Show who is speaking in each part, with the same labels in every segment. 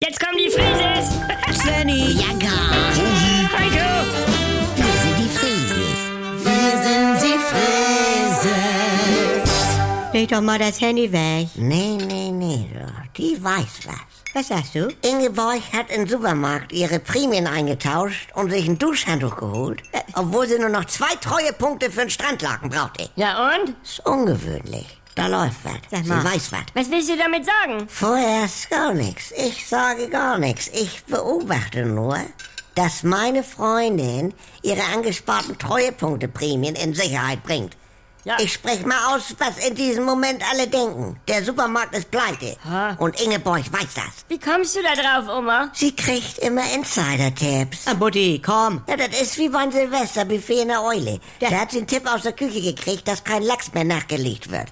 Speaker 1: Oh leg doch mal das Handy weg.
Speaker 2: Nee, nee, nee, du. Die weiß was.
Speaker 1: Was sagst du?
Speaker 2: Ingeborg hat im Supermarkt ihre Prämien eingetauscht und sich ein Duschhandtuch geholt, obwohl sie nur noch zwei Treuepunkte für einen Strandlaken brauchte.
Speaker 3: Na und?
Speaker 2: Ist ungewöhnlich. Da läuft was.
Speaker 1: Sag
Speaker 2: Sie
Speaker 1: mal.
Speaker 2: weiß was.
Speaker 3: Was willst du damit sagen?
Speaker 2: Vorerst gar nichts. Ich sage gar nichts. Ich beobachte nur, dass meine Freundin ihre angesparten Treuepunkteprämien in Sicherheit bringt.
Speaker 3: Ja.
Speaker 2: Ich spreche mal aus, was in diesem Moment alle denken. Der Supermarkt ist pleite.
Speaker 3: Ha.
Speaker 2: Und Ingeborg weiß das.
Speaker 3: Wie kommst du da drauf, Oma?
Speaker 2: Sie kriegt immer Insider-Tipps.
Speaker 1: Ah, Buddy, komm.
Speaker 2: Ja, das ist wie beim Silvesterbuffet in der Eule. Da hat sie einen Tipp aus der Küche gekriegt, dass kein Lachs mehr nachgelegt wird.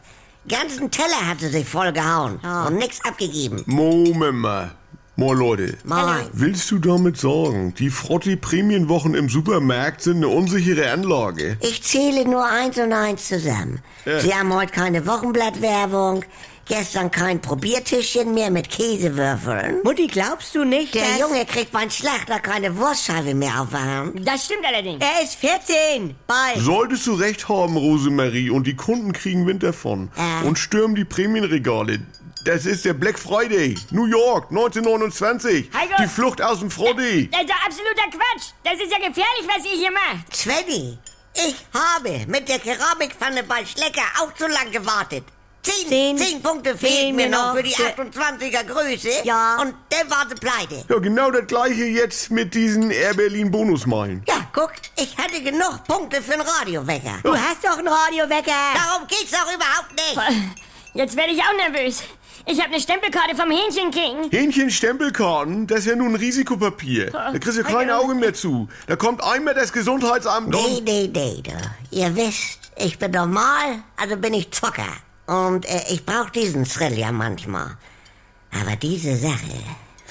Speaker 2: Ganzen Teller hat sie sich vollgehauen und nichts abgegeben.
Speaker 4: Moment mal. Moin Leute.
Speaker 2: Moin.
Speaker 4: Willst du damit sagen, die Frotti-Prämienwochen im Supermarkt sind eine unsichere Anlage?
Speaker 2: Ich zähle nur eins und eins zusammen.
Speaker 4: Ja.
Speaker 2: Sie haben heute keine Wochenblattwerbung, gestern kein Probiertischchen mehr mit Käsewürfeln.
Speaker 1: Mutti, glaubst du nicht,
Speaker 2: Der
Speaker 1: dass...
Speaker 2: Junge kriegt beim Schlachter keine Wurstscheibe mehr auf der Hand.
Speaker 3: Das stimmt allerdings.
Speaker 1: Er ist 14.
Speaker 2: Äh.
Speaker 1: Bald.
Speaker 4: Solltest du recht haben, Rosemarie, und die Kunden kriegen Wind davon
Speaker 2: Äh.
Speaker 4: und stürmen die Prämienregale. Das ist der Black Friday, New York, 1929.
Speaker 3: Heiko!
Speaker 4: Die Flucht aus dem
Speaker 2: Äh,
Speaker 4: Frotti.
Speaker 3: Das ist doch absoluter Quatsch. Das ist ja gefährlich, was ihr hier macht.
Speaker 2: Svenny, ich habe mit der Keramikpfanne bei Schlecker auch zu lang gewartet. Zehn,
Speaker 1: Zehn.
Speaker 2: zehn, Punkte fehlen mir noch für die
Speaker 1: Für-
Speaker 2: 28er Größe.
Speaker 1: Ja.
Speaker 2: Und dann war sie pleite.
Speaker 4: Ja, genau das gleiche jetzt mit diesen Air Berlin Bonusmeilen.
Speaker 2: Ja, guck, ich hatte genug Punkte für den Radiowecker.
Speaker 1: Du hast doch einen Radiowecker.
Speaker 2: Darum geht's doch überhaupt nicht.
Speaker 3: Jetzt werde ich auch nervös. Ich habe eine Stempelkarte vom Hähnchen King.
Speaker 4: Hähnchenstempelkarten, das ist ja nun ein Risikopapier. Da kriegst du kein Auge mehr zu. Da kommt einmal das Gesundheitsamt
Speaker 2: Nee,
Speaker 4: und...
Speaker 2: nee, nee, du. Ihr wisst, ich bin normal, also bin ich Zocker. Und äh, ich brauch diesen Thrill ja manchmal. Aber diese Sache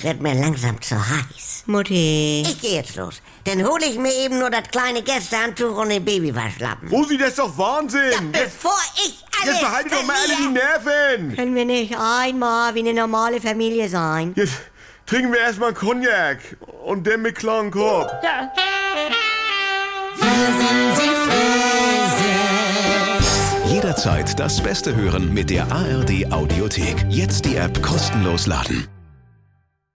Speaker 2: wird mir langsam zu heiß.
Speaker 1: Mutti.
Speaker 2: Ich gehe jetzt los. Dann hole ich mir eben nur das kleine Gästehandtuch und den Babywaschlappen.
Speaker 4: Rosi, das ist doch Wahnsinn.
Speaker 2: Bevor ich alles
Speaker 4: Jetzt behaltet doch mal alle die
Speaker 2: verliere.
Speaker 4: Nerven.
Speaker 1: Können wir nicht einmal wie eine normale Familie sein?
Speaker 4: Jetzt trinken wir erstmal einen Cognac und dann mit klaren Korb.
Speaker 3: Ja.
Speaker 5: Jederzeit das Beste hören mit der ARD Audiothek. Jetzt die App kostenlos laden.